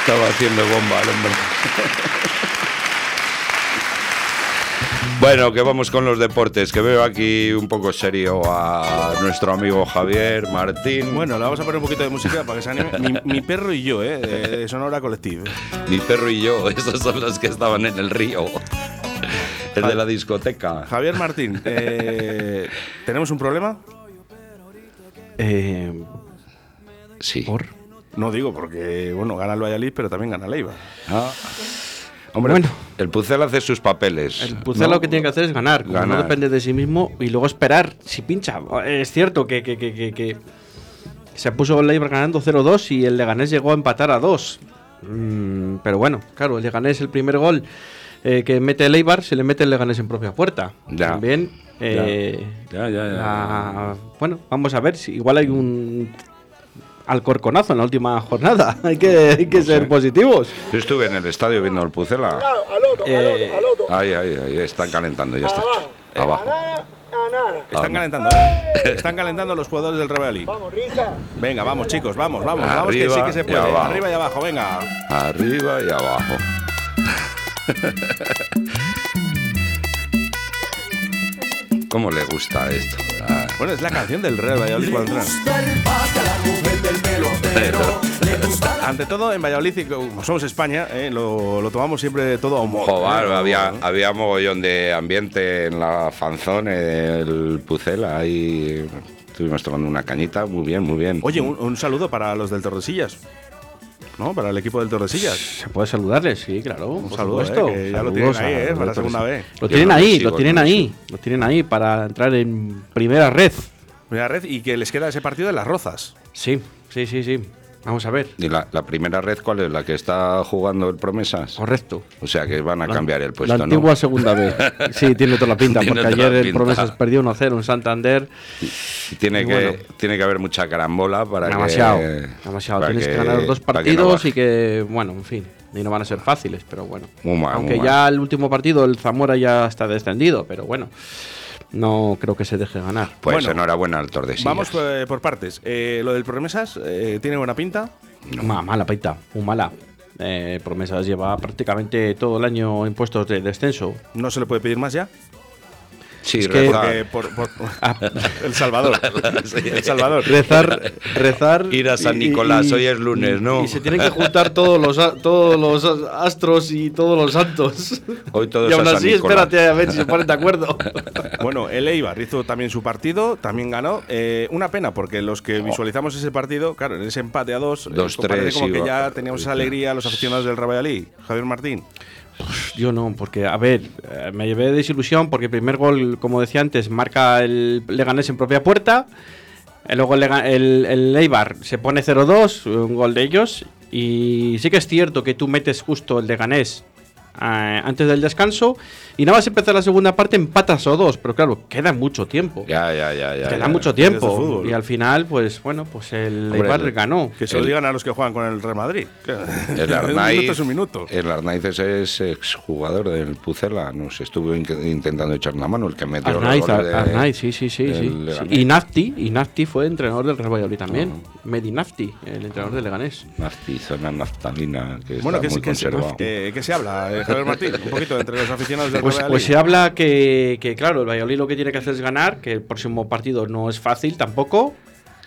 Speaker 3: Estaba haciendo bomba el hombre. Bueno, que vamos con los deportes, que veo aquí un poco serio a nuestro amigo Javier Martín.
Speaker 2: Bueno, le vamos a poner un poquito de música para que se anime. Mi, mi perro y yo, ¿eh? De, de Sonora Collective.
Speaker 3: Mi perro y yo, esos son los que estaban en el río. El de la discoteca.
Speaker 2: Javier Martín, eh, ¿tenemos un problema?
Speaker 3: sí.
Speaker 2: ¿Por? No digo porque, bueno, gana el Valladolid, pero también gana Leiva.
Speaker 3: Ah. Hombre,
Speaker 7: Bueno.
Speaker 3: el Pucel hace sus papeles.
Speaker 7: El Pucela
Speaker 3: ¿no?
Speaker 7: lo que tiene que hacer es ganar. Como
Speaker 3: Ganar.
Speaker 7: no depende de sí mismo y luego esperar si pincha. Es cierto que, que, que, que- que se puso el Leibar ganando 0-2 y el Leganés llegó a empatar a 2. Mm, pero bueno, claro, el Leganés, el primer gol eh, que mete el Eibar, se le mete el Leganés en propia puerta.
Speaker 3: Ya.
Speaker 7: También. eh,
Speaker 3: Ya, ya, ya.
Speaker 7: la- bueno, vamos a ver si igual hay un alcorconazo en la última jornada. hay que, hay que ser positivos.
Speaker 3: Yo estuve en el estadio viendo al Pucela.
Speaker 7: Eh,
Speaker 3: Ahí, ahí, ahí, están calentando, ya está. Abajo.
Speaker 2: Están calentando, ¿eh? Están calentando los jugadores del Real Valladolid. Venga, vamos, chicos, vamos, vamos, vamos, que
Speaker 3: Arriba
Speaker 2: sí que se
Speaker 3: y
Speaker 2: puede.
Speaker 3: abajo.
Speaker 2: Arriba y abajo, venga.
Speaker 3: Arriba y abajo. ¿Cómo le gusta esto? Ah,
Speaker 2: Bueno, es la canción del Real Valladolid cuando entran. Ante todo, en Valladolid, y como somos España, eh, lo, lo tomamos siempre todo a humor.
Speaker 3: Jobar,
Speaker 2: ¿eh?
Speaker 3: había, había mogollón de ambiente en la fanzone del Pucela. Ahí estuvimos tomando una cañita. Muy bien, muy bien.
Speaker 2: Oye, un, un saludo para los del Tordesillas. ¿No? Para el equipo del Tordesillas.
Speaker 7: Se puede saludarles, sí, claro.
Speaker 2: Un
Speaker 7: por
Speaker 2: saludo,
Speaker 7: supuesto.
Speaker 2: eh, que ya lo
Speaker 7: Saludos
Speaker 2: tienen ahí, eh,
Speaker 7: a-
Speaker 2: para la
Speaker 7: saludos.
Speaker 2: segunda vez.
Speaker 7: Lo
Speaker 3: Yo
Speaker 7: tienen
Speaker 3: no lo
Speaker 7: ahí,
Speaker 3: sigo,
Speaker 7: lo tienen
Speaker 3: no lo
Speaker 7: ahí, lo tienen ahí para entrar en primera red.
Speaker 2: Primera red y que les queda ese partido de las rozas.
Speaker 7: Sí, sí, sí, sí. Vamos a ver.
Speaker 3: ¿Y la, la primera red cuál es? ¿La que está jugando el Promesas?
Speaker 7: Correcto.
Speaker 3: O sea que van a
Speaker 7: La-
Speaker 3: cambiar el
Speaker 7: La
Speaker 3: puesto,
Speaker 7: antigua
Speaker 3: ¿no?
Speaker 7: segunda vez. Sí, tiene toda la pinta,
Speaker 3: Tiene
Speaker 7: porque
Speaker 3: toda la
Speaker 7: ayer el
Speaker 3: pinta.
Speaker 7: Promesas perdió 1-0 en Santander.
Speaker 3: Tiene
Speaker 7: Y
Speaker 3: que,
Speaker 7: bueno.
Speaker 3: tiene que haber mucha carambola para
Speaker 7: demasiado,
Speaker 3: que.
Speaker 7: demasiado.
Speaker 3: para
Speaker 7: Tienes que, ganar los dos
Speaker 3: para que no
Speaker 7: partidos
Speaker 3: baje.
Speaker 7: y que, bueno, en fin, y no van a ser fáciles, pero bueno.
Speaker 3: Muy mal,
Speaker 7: Aunque
Speaker 3: muy mal.
Speaker 7: ya el último partido, el Zamora ya está descendido, pero bueno, no creo que se deje ganar.
Speaker 3: Pues
Speaker 2: Bueno.
Speaker 3: enhorabuena al Tordesillas.
Speaker 2: Vamos eh, por partes. Eh, lo del Promesas eh, tiene buena pinta.
Speaker 7: Ma- mala pinta, muy mala. Eh, Promesas lleva prácticamente todo el año en puestos de descenso.
Speaker 2: No se le puede pedir más ya.
Speaker 3: Sí,
Speaker 7: es que-
Speaker 3: rezar.
Speaker 2: Porque por- por-
Speaker 3: Ah.
Speaker 2: El Salvador. El Salvador.
Speaker 7: Rezar, rezar.
Speaker 3: Ir a San
Speaker 7: y- y-
Speaker 3: Nicolás,
Speaker 7: y-
Speaker 3: hoy es lunes,
Speaker 7: y-
Speaker 3: ¿no?
Speaker 7: Y se tienen que juntar todos los, a- todos los as- astros y todos los santos.
Speaker 3: Hoy todos
Speaker 7: y aún
Speaker 3: a San
Speaker 7: así,
Speaker 3: Nicolás.
Speaker 7: espérate a ver si se ponen de acuerdo.
Speaker 2: Bueno, el Eibar hizo también su partido, también ganó. Eh, una pena, porque los que visualizamos ese partido, claro, en ese empate a dos, eh,
Speaker 3: Oh. Dos,
Speaker 2: parece
Speaker 3: tres,
Speaker 2: como que
Speaker 3: iba.
Speaker 2: ya teníamos esa alegría los aficionados del Real Valladolid. Javier Martín.
Speaker 7: Yo no, porque, a ver, eh, me llevé de desilusión porque el primer gol, como decía antes, marca el Leganés en propia puerta. Eh, Luego el, Lega- el, el Eibar se pone 0-2, un gol de ellos. Y sí que es cierto que tú metes justo el Leganés eh, antes del descanso. Y nada más empezar la segunda parte, empatas o dos. Pero claro, queda mucho tiempo.
Speaker 3: Ya, ya, ya. ya,
Speaker 7: queda
Speaker 3: ya.
Speaker 7: mucho
Speaker 2: es de
Speaker 7: tiempo.
Speaker 2: fútbol.
Speaker 7: Y al final, pues bueno, pues el
Speaker 3: Hombre,
Speaker 7: Eibar
Speaker 3: el-
Speaker 7: ganó.
Speaker 2: Que se lo
Speaker 3: El-
Speaker 2: digan a los que juegan con el Real Madrid. Que-
Speaker 3: El
Speaker 2: un
Speaker 3: Arnaiz,
Speaker 2: minuto es un minuto.
Speaker 3: El Arnaiz es, es exjugador del Pucela. Nos estuvo in- intentando echar la mano el que metió los
Speaker 7: Arnaiz,
Speaker 3: goles de-
Speaker 7: Arnaiz, sí, sí, sí.
Speaker 3: del
Speaker 7: sí.
Speaker 3: Leganés. Ah.
Speaker 7: Y Nafti, y Nafti fue entrenador del Real Valladolid también. Medi Nafti, el entrenador del Leganés.
Speaker 3: Nafti, zona naftalina, que
Speaker 2: Bueno,
Speaker 3: está
Speaker 2: que,
Speaker 3: muy
Speaker 2: se- que se-
Speaker 3: conservado.
Speaker 2: que- que se habla, eh, Javier Martín, un poquito entre los aficionados del
Speaker 7: Pues,
Speaker 2: Real
Speaker 7: pues se
Speaker 2: Valladolid.
Speaker 7: habla que, que, claro, el Valladolid lo que tiene que hacer es ganar, que el próximo partido no es fácil tampoco.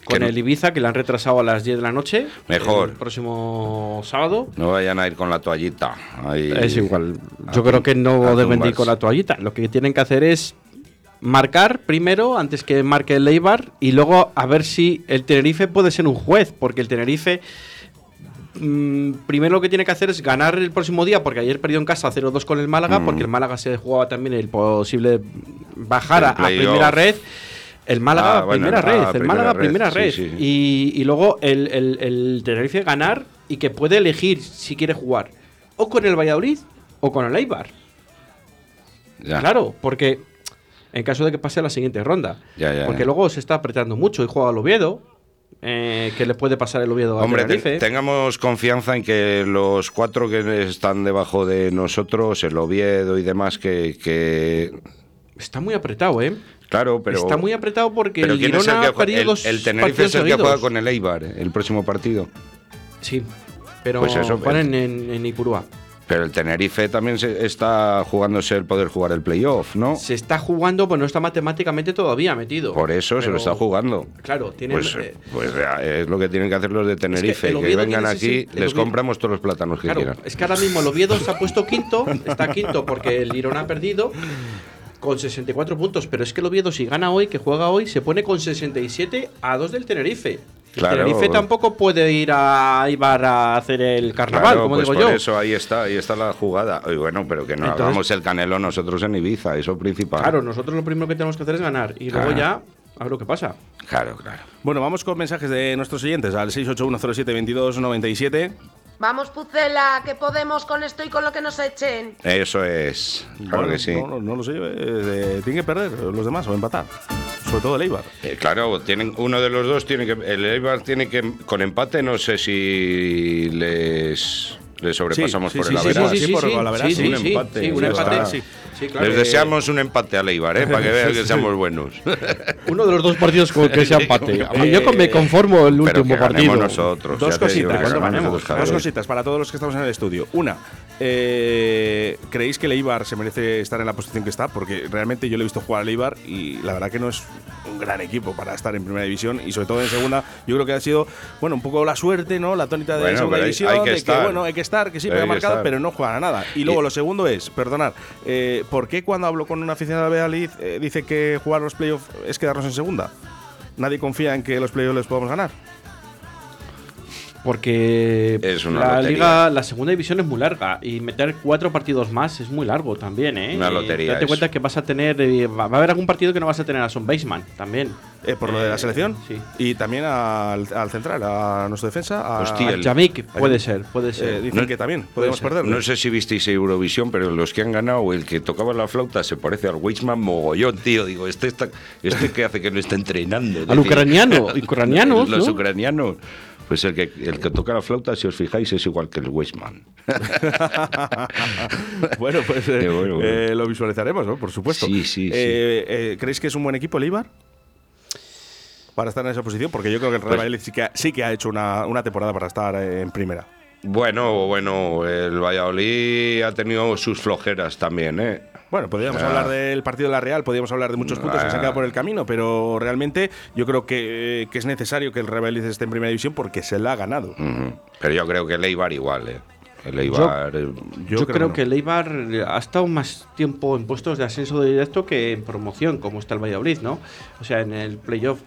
Speaker 7: Con
Speaker 3: Que no-
Speaker 7: el Ibiza, que le han retrasado a las 10 de la noche.
Speaker 3: Mejor.
Speaker 7: El próximo sábado.
Speaker 3: No vayan a ir con la toallita. ahí
Speaker 7: Es igual.
Speaker 3: a
Speaker 7: Yo
Speaker 3: tum-
Speaker 7: creo que
Speaker 3: a
Speaker 7: no deben de ir
Speaker 3: tumbarse.
Speaker 7: con la toallita. Lo que tienen que hacer es marcar primero, antes que marque el Eibar, y luego a ver si el Tenerife puede ser un juez, porque el Tenerife mm, primero lo que tiene que hacer es ganar el próximo día, porque ayer perdió en casa 0-2 con el Málaga,
Speaker 3: Mm.
Speaker 7: porque el Málaga se jugaba también el posible bajar
Speaker 3: El
Speaker 7: a, a
Speaker 3: playoff.
Speaker 7: primera red. El Málaga,
Speaker 3: Ah, bueno,
Speaker 7: primera
Speaker 3: ah,
Speaker 7: red. el
Speaker 3: primera
Speaker 7: Málaga,
Speaker 3: red,
Speaker 7: primera
Speaker 3: sí,
Speaker 7: red.
Speaker 3: sí.
Speaker 7: Y, y luego el, el- el Tenerife ganar y que puede elegir si quiere jugar o con el Valladolid o con el Eibar.
Speaker 3: Ya.
Speaker 7: Claro, porque en caso de que pase a la siguiente ronda.
Speaker 3: Ya, ya,
Speaker 7: porque
Speaker 3: ya.
Speaker 7: luego se está apretando mucho y juega al Oviedo. eh, que le puede pasar el Oviedo
Speaker 3: Hombre,
Speaker 7: a
Speaker 3: te-
Speaker 7: Tenerife.
Speaker 3: tengamos confianza en que los cuatro que están debajo de nosotros, el Oviedo y demás, que... que-
Speaker 7: Está muy apretado, ¿eh?
Speaker 3: Claro, pero...
Speaker 7: está muy apretado porque
Speaker 3: pero
Speaker 7: el
Speaker 3: ¿quién es el
Speaker 7: Girona
Speaker 3: que
Speaker 7: ha
Speaker 3: jue-
Speaker 7: perdido
Speaker 3: el-
Speaker 7: dos
Speaker 3: el Tenerife
Speaker 7: partidos
Speaker 3: es el que
Speaker 7: seguidos.
Speaker 3: juega con el Eibar, eh, el próximo partido.
Speaker 7: Sí, pero
Speaker 3: Pues eso,
Speaker 7: juegan en, en Ipurúa.
Speaker 3: Pero el Tenerife también se está jugándose el poder jugar el playoff, ¿no?
Speaker 7: Se está jugando, pues no está matemáticamente todavía metido.
Speaker 3: Por eso se lo
Speaker 7: Pero,
Speaker 3: está jugando.
Speaker 7: Claro, tienen,
Speaker 3: Pues,
Speaker 7: eh,
Speaker 3: pues ya, es lo que tienen que hacer los de Tenerife,
Speaker 7: el
Speaker 3: que,
Speaker 7: Oviedo
Speaker 3: vengan
Speaker 7: tiene ese
Speaker 3: aquí,
Speaker 7: sí- el
Speaker 3: les
Speaker 7: Oviedo-
Speaker 3: compramos todos los plátanos que
Speaker 7: Claro,
Speaker 3: quieran.
Speaker 7: es que ahora mismo el Oviedo se ha puesto quinto, está quinto porque el Girona ha perdido con 64 puntos, pero es que el Oviedo si gana hoy, que juega hoy, se pone con 67 a 2 del Tenerife.
Speaker 3: Claro.
Speaker 7: El Tenerife tampoco puede ir a Ibar a hacer el carnaval,
Speaker 3: Claro,
Speaker 7: como
Speaker 3: pues
Speaker 7: digo
Speaker 3: por
Speaker 7: yo.
Speaker 3: eso ahí está, ahí está la jugada. Y bueno, pero que no
Speaker 7: Entonces-
Speaker 3: hagamos el canelo nosotros en Ibiza, eso principal.
Speaker 7: Claro, nosotros lo primero que tenemos que hacer es ganar y luego
Speaker 3: Claro.
Speaker 7: ya a ver lo que pasa.
Speaker 3: claro, claro.
Speaker 2: Bueno, vamos con mensajes de nuestros oyentes al 681072297.
Speaker 11: Vamos, Pucela, que podemos con esto y con lo que nos echen.
Speaker 3: Eso es, claro
Speaker 2: Bueno,
Speaker 3: que sí.
Speaker 2: No, no- no lo sé, eh, tienen que perder los demás o empatar. Sobre todo el Eibar.
Speaker 3: Eh, claro, tienen, uno de los dos tiene que. El Eibar tiene que. Con empate, no sé si les. le sobrepasamos
Speaker 2: Sí,
Speaker 3: por
Speaker 2: sí,
Speaker 3: el
Speaker 2: sí,
Speaker 3: Averaz.
Speaker 2: sí, sí, Sí, por sí, el Averaz, sí, sí,
Speaker 3: un
Speaker 2: sí,
Speaker 3: empate.
Speaker 2: sí, un
Speaker 3: ya
Speaker 2: empate,
Speaker 3: está.
Speaker 2: sí. Sí, claro.
Speaker 3: Les
Speaker 2: Eh,
Speaker 3: deseamos un empate al Eibar, eh, para que vean
Speaker 2: Sí,
Speaker 3: que
Speaker 2: sí.
Speaker 3: seamos buenos.
Speaker 7: Uno de los dos partidos con que se empate.
Speaker 3: Eh,
Speaker 7: Yo con- me conformo el
Speaker 3: pero que
Speaker 7: último
Speaker 3: ganemos
Speaker 7: partido.
Speaker 3: nosotros,
Speaker 2: Dos
Speaker 3: ya te digo que
Speaker 2: cositas.
Speaker 3: ganemos
Speaker 2: Cuando ganemos.
Speaker 3: nosotros,
Speaker 2: Dos
Speaker 3: Javier.
Speaker 2: cositas para todos los que estamos en el estudio. Una, eh, ¿creéis que el Eibar se merece estar en la posición que está? Porque realmente yo le he visto jugar al Eibar y la verdad que no es un gran equipo para estar en primera división y sobre todo en segunda. Yo creo que ha sido, bueno, un poco la suerte, ¿no? La tónica de
Speaker 3: Bueno,
Speaker 2: segunda
Speaker 3: pero hay-
Speaker 2: división,
Speaker 3: hay que
Speaker 2: de
Speaker 3: estar.
Speaker 2: que, bueno, hay que estar, que sí, me
Speaker 3: Hay
Speaker 2: ha
Speaker 3: que
Speaker 2: marcado,
Speaker 3: estar.
Speaker 2: pero no juegan a nada. Y luego lo segundo es, perdonad, eh, ¿por qué cuando hablo con un aficionado de Valladolid eh, dice que jugar los playoffs es quedarnos en segunda? Nadie confía en que los playoffs les podamos ganar.
Speaker 7: Porque
Speaker 3: Es una
Speaker 7: la
Speaker 3: lotería.
Speaker 7: liga, la segunda división es muy larga y meter cuatro partidos más es muy largo también, ¿eh?
Speaker 3: Una
Speaker 7: Y
Speaker 3: lotería
Speaker 7: Date
Speaker 3: es.
Speaker 7: cuenta que vas a tener, eh, va va a haber algún partido que no vas a tener a Son Baseman también.
Speaker 2: Eh, por lo de la
Speaker 7: Eh,
Speaker 2: selección.
Speaker 7: Sí.
Speaker 2: Y también al, al central, a nuestro defensa. A,
Speaker 3: Hostia, el-
Speaker 2: a
Speaker 7: Yamik, puede ser, puede ser.
Speaker 2: Eh, dicen
Speaker 3: No-
Speaker 2: que también podemos
Speaker 7: ser.
Speaker 2: perderlo.
Speaker 3: No sé si visteis Eurovisión, pero los que han ganado, el que tocaba la flauta se parece al Wichman mogollón, tío. Digo, este, está, este que hace que no está entrenando. Es
Speaker 7: Al
Speaker 3: decir,
Speaker 7: ucraniano, ucranianos,
Speaker 3: Los
Speaker 7: ¿no?
Speaker 3: ucranianos. Pues el que, el que toca la flauta, si os fijáis, es igual que el Wichman.
Speaker 2: bueno, pues eh,
Speaker 3: Eh, bueno, bueno.
Speaker 2: eh, lo visualizaremos, ¿no? Por supuesto.
Speaker 3: Sí, sí, sí.
Speaker 2: Eh, eh, ¿Creéis que es un buen equipo el Ibar? Para estar en esa posición, porque yo creo que el Real
Speaker 3: Pues-
Speaker 2: Valladolid sí que ha, sí que ha hecho una, una temporada para estar eh, en primera.
Speaker 3: Bueno, bueno, el Valladolid ha tenido sus flojeras también, ¿eh?
Speaker 2: Bueno, podríamos
Speaker 3: Ah.
Speaker 2: hablar del partido de la Real, podríamos hablar de muchos puntos que se han
Speaker 3: Ah.
Speaker 2: quedado por el camino, pero realmente yo creo que, que es necesario que el Real Valladolid esté en primera división porque se la ha ganado.
Speaker 3: Ujú. Pero yo creo que el Eibar igual, ¿eh? El Eibar. eh,
Speaker 7: Yo, creo, que el Eibar eh, ha estado más tiempo en puestos de ascenso directo que en promoción, como está el Valladolid, ¿no? O sea, en el playoff.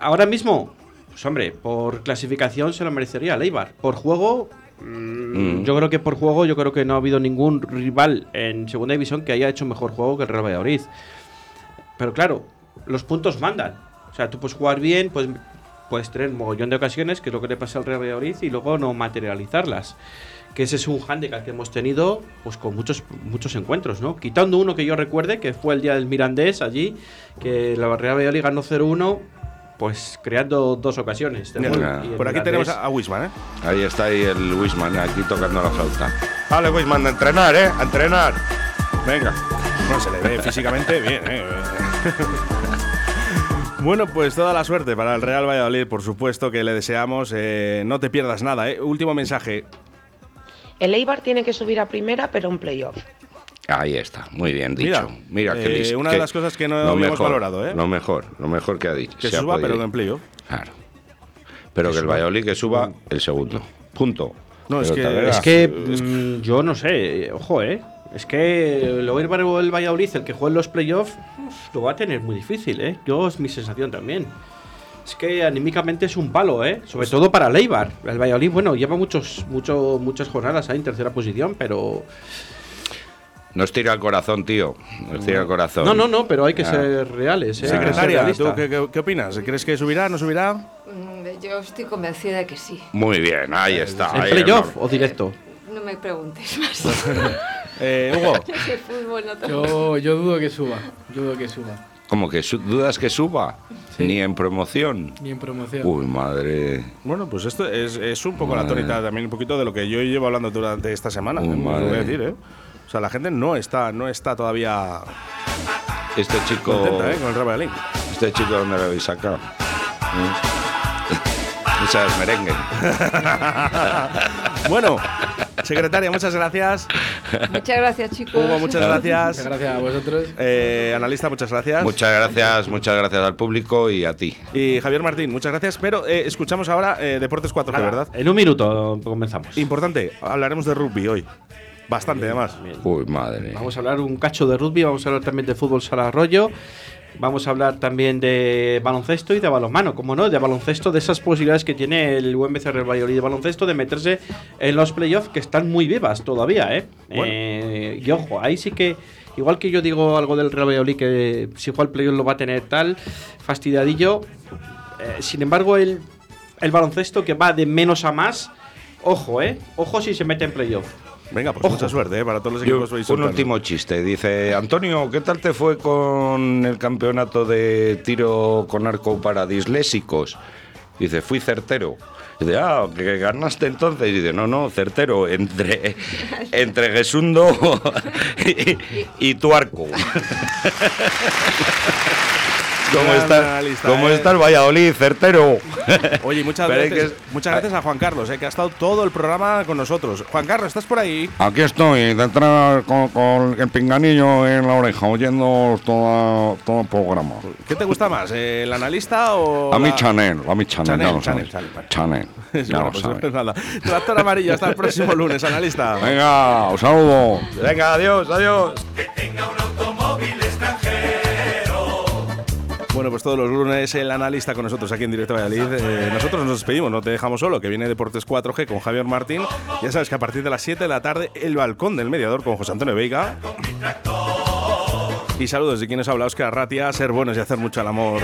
Speaker 7: Ahora mismo, pues hombre, por clasificación se lo merecería el Eibar. Por juego, mm,
Speaker 3: Mm.
Speaker 7: yo creo que por juego, yo creo que no ha habido ningún rival en segunda división que haya hecho mejor juego que el Real Valladolid. Pero claro, los puntos mandan. O sea, tú puedes jugar bien, puedes, puedes tener mogollón de ocasiones, que es lo que le pasa al Real Valladolid, y luego no materializarlas. Que ese es un handicap que hemos tenido pues con muchos, muchos encuentros, ¿no? Quitando uno que yo recuerde, que fue el día del Mirandés allí, que la Real Valladolid ganó 0-1, pues creando dos ocasiones. de
Speaker 2: Mira,
Speaker 7: gol.
Speaker 3: Ah.
Speaker 7: Y el
Speaker 2: Por aquí
Speaker 7: Mirandés-
Speaker 2: tenemos a, a Wisman, ¿eh?
Speaker 3: Ahí está ahí el Wisman, aquí tocando la flauta. Vale, Wisman, a entrenar, ¿eh? A entrenar.
Speaker 2: Venga. Bueno, se le ve físicamente bien, ¿eh? Bueno, pues toda la suerte para el Real Valladolid, por supuesto que le deseamos. eh, no te pierdas nada, ¿eh? Último mensaje.
Speaker 11: El Eibar tiene que subir a primera, pero un playoff.
Speaker 3: Ahí está, muy bien
Speaker 2: Mira,
Speaker 3: dicho. Mira, qué
Speaker 2: eh,
Speaker 3: listo.
Speaker 2: una de las cosas que no habíamos valorado, ¿eh?
Speaker 3: Lo mejor, lo mejor que ha dicho.
Speaker 2: Que
Speaker 3: se ha
Speaker 2: suba,
Speaker 3: podido. Ah,
Speaker 2: pero en playoff.
Speaker 3: Claro. Pero que, el Valladolid que suba el segundo. Punto.
Speaker 2: Mm. No, es
Speaker 3: Pero
Speaker 2: que-
Speaker 3: Talavera-
Speaker 7: Es que mm, yo no sé, ojo, ¿eh? Es que el Eibar o el Valladolid, el que juega en los playoffs, uf, lo va a tener muy difícil, ¿eh? Yo es mi sensación también. Es que anímicamente es un palo, ¿eh? Sobre todo para Leibar. El Valladolid, bueno, lleva muchos, mucho, muchas jornadas ahí en tercera posición, pero.
Speaker 3: Nos tira el corazón, tío. Nos tira el corazón.
Speaker 7: No, no, no, pero hay que
Speaker 3: Ya.
Speaker 7: ser reales, ¿eh? Hay que ser
Speaker 2: Secretaria,
Speaker 7: realista.
Speaker 2: ¿tú qué, qué- qué opinas? ¿Crees que subirá, no subirá?
Speaker 6: Mm, Yo estoy convencida de que sí.
Speaker 3: Muy bien, ahí está.
Speaker 7: ¿En
Speaker 3: ahí
Speaker 7: playoff
Speaker 3: hemos-
Speaker 7: o directo?
Speaker 6: No me preguntes más.
Speaker 2: Eh, Hugo.
Speaker 6: Ese fútbol no te-
Speaker 12: Yo, yo dudo que suba, yo dudo que suba,
Speaker 3: ¿Cómo que su- dudas que suba? Ni en promoción.
Speaker 12: ni en promoción.
Speaker 3: Uy, madre.
Speaker 2: Bueno, pues esto es, es un poco la
Speaker 3: Madre.
Speaker 2: tónica también, un poquito de lo que yo llevo hablando durante esta semana. ¿eh?
Speaker 3: Uy,
Speaker 2: Os lo voy
Speaker 3: madre.
Speaker 2: a decir, ¿eh? O sea, la gente no está, no está todavía
Speaker 3: Este chico.
Speaker 2: contenta ¿eh? con el Real Valladolid.
Speaker 3: Este chico, ¿dónde lo habéis sacado? ¿Mm? No sabes merengue.
Speaker 2: bueno, secretaria, muchas gracias.
Speaker 6: Muchas gracias, chicos.
Speaker 2: Hugo, muchas gracias.
Speaker 12: Muchas gracias a vosotros.
Speaker 2: Eh, analista, muchas gracias.
Speaker 3: Muchas gracias, muchas gracias al público y a ti.
Speaker 2: Y Javier Martín, muchas gracias. Pero eh, escuchamos ahora eh, Deportes 4G, ¿verdad?
Speaker 7: En un minuto comenzamos.
Speaker 2: Importante, hablaremos de rugby hoy. Bastante, además.
Speaker 3: Uy, madre.
Speaker 7: Vamos a hablar un cacho de rugby, vamos a hablar también de fútbol sala rollo, vamos a hablar también de baloncesto y de balonmano, como no, de baloncesto, de esas posibilidades que tiene el UMC Real Valladolid de baloncesto de meterse en los playoffs que están muy vivas todavía, ¿eh? Eh, y ojo, ahí sí que, igual que yo digo algo del Real Valladolid que si juega el playoff lo va a tener tal, fastidiadillo, eh, sin embargo el, el baloncesto que va de menos a más, ojo, ¿eh? Ojo si se mete en playoff.
Speaker 2: Venga, pues
Speaker 7: Ojo.
Speaker 2: mucha suerte ¿eh? para todos los
Speaker 3: Yo-
Speaker 2: equipos.
Speaker 3: un último chiste. Dice, Antonio, ¿qué tal te fue con el campeonato de tiro con arco para disléxicos? Dice, fui certero. Dice, ah, que ganaste entonces. Dice, no, no, certero, entre, entre Gesundo y, y tu arco. ¿Cómo
Speaker 2: Gran
Speaker 3: está,
Speaker 2: analista,
Speaker 3: ¿cómo
Speaker 2: eh.
Speaker 3: está el Valladolid, certero?
Speaker 2: Oye, y muchas
Speaker 3: Pero hay
Speaker 2: gracias,
Speaker 3: que-
Speaker 2: muchas gracias a Juan Carlos, eh, que ha estado todo el programa con nosotros. Juan Carlos, ¿estás por ahí?
Speaker 13: Aquí estoy, detrás con, con el pinganillo en la oreja, oyendo toda- todo el programa.
Speaker 2: ¿Qué te gusta más, eh, el analista o
Speaker 13: A mi
Speaker 2: la-
Speaker 13: Chanel, a mi Chanel, ya
Speaker 2: Chanel,
Speaker 13: lo sabes.
Speaker 2: Chanel, Chanel, vale.
Speaker 13: Chanel, ya
Speaker 2: Bueno,
Speaker 13: lo
Speaker 2: pues
Speaker 13: sabes.
Speaker 2: nada. Tractor amarillo, hasta el próximo lunes, analista.
Speaker 13: Venga, os saludo.
Speaker 3: Venga, adiós, adiós.
Speaker 2: Bueno, pues todos los lunes el analista con nosotros aquí en Directo Valladolid. Eh, nosotros nos despedimos, no te dejamos solo, que viene Deportes 4G con Javier Martín. Ya sabes que a partir de las 7 de la tarde, el balcón del mediador con José Antonio Veiga. Y saludos de quienes habla Oscar Ratia, ser buenos y hacer mucho el amor.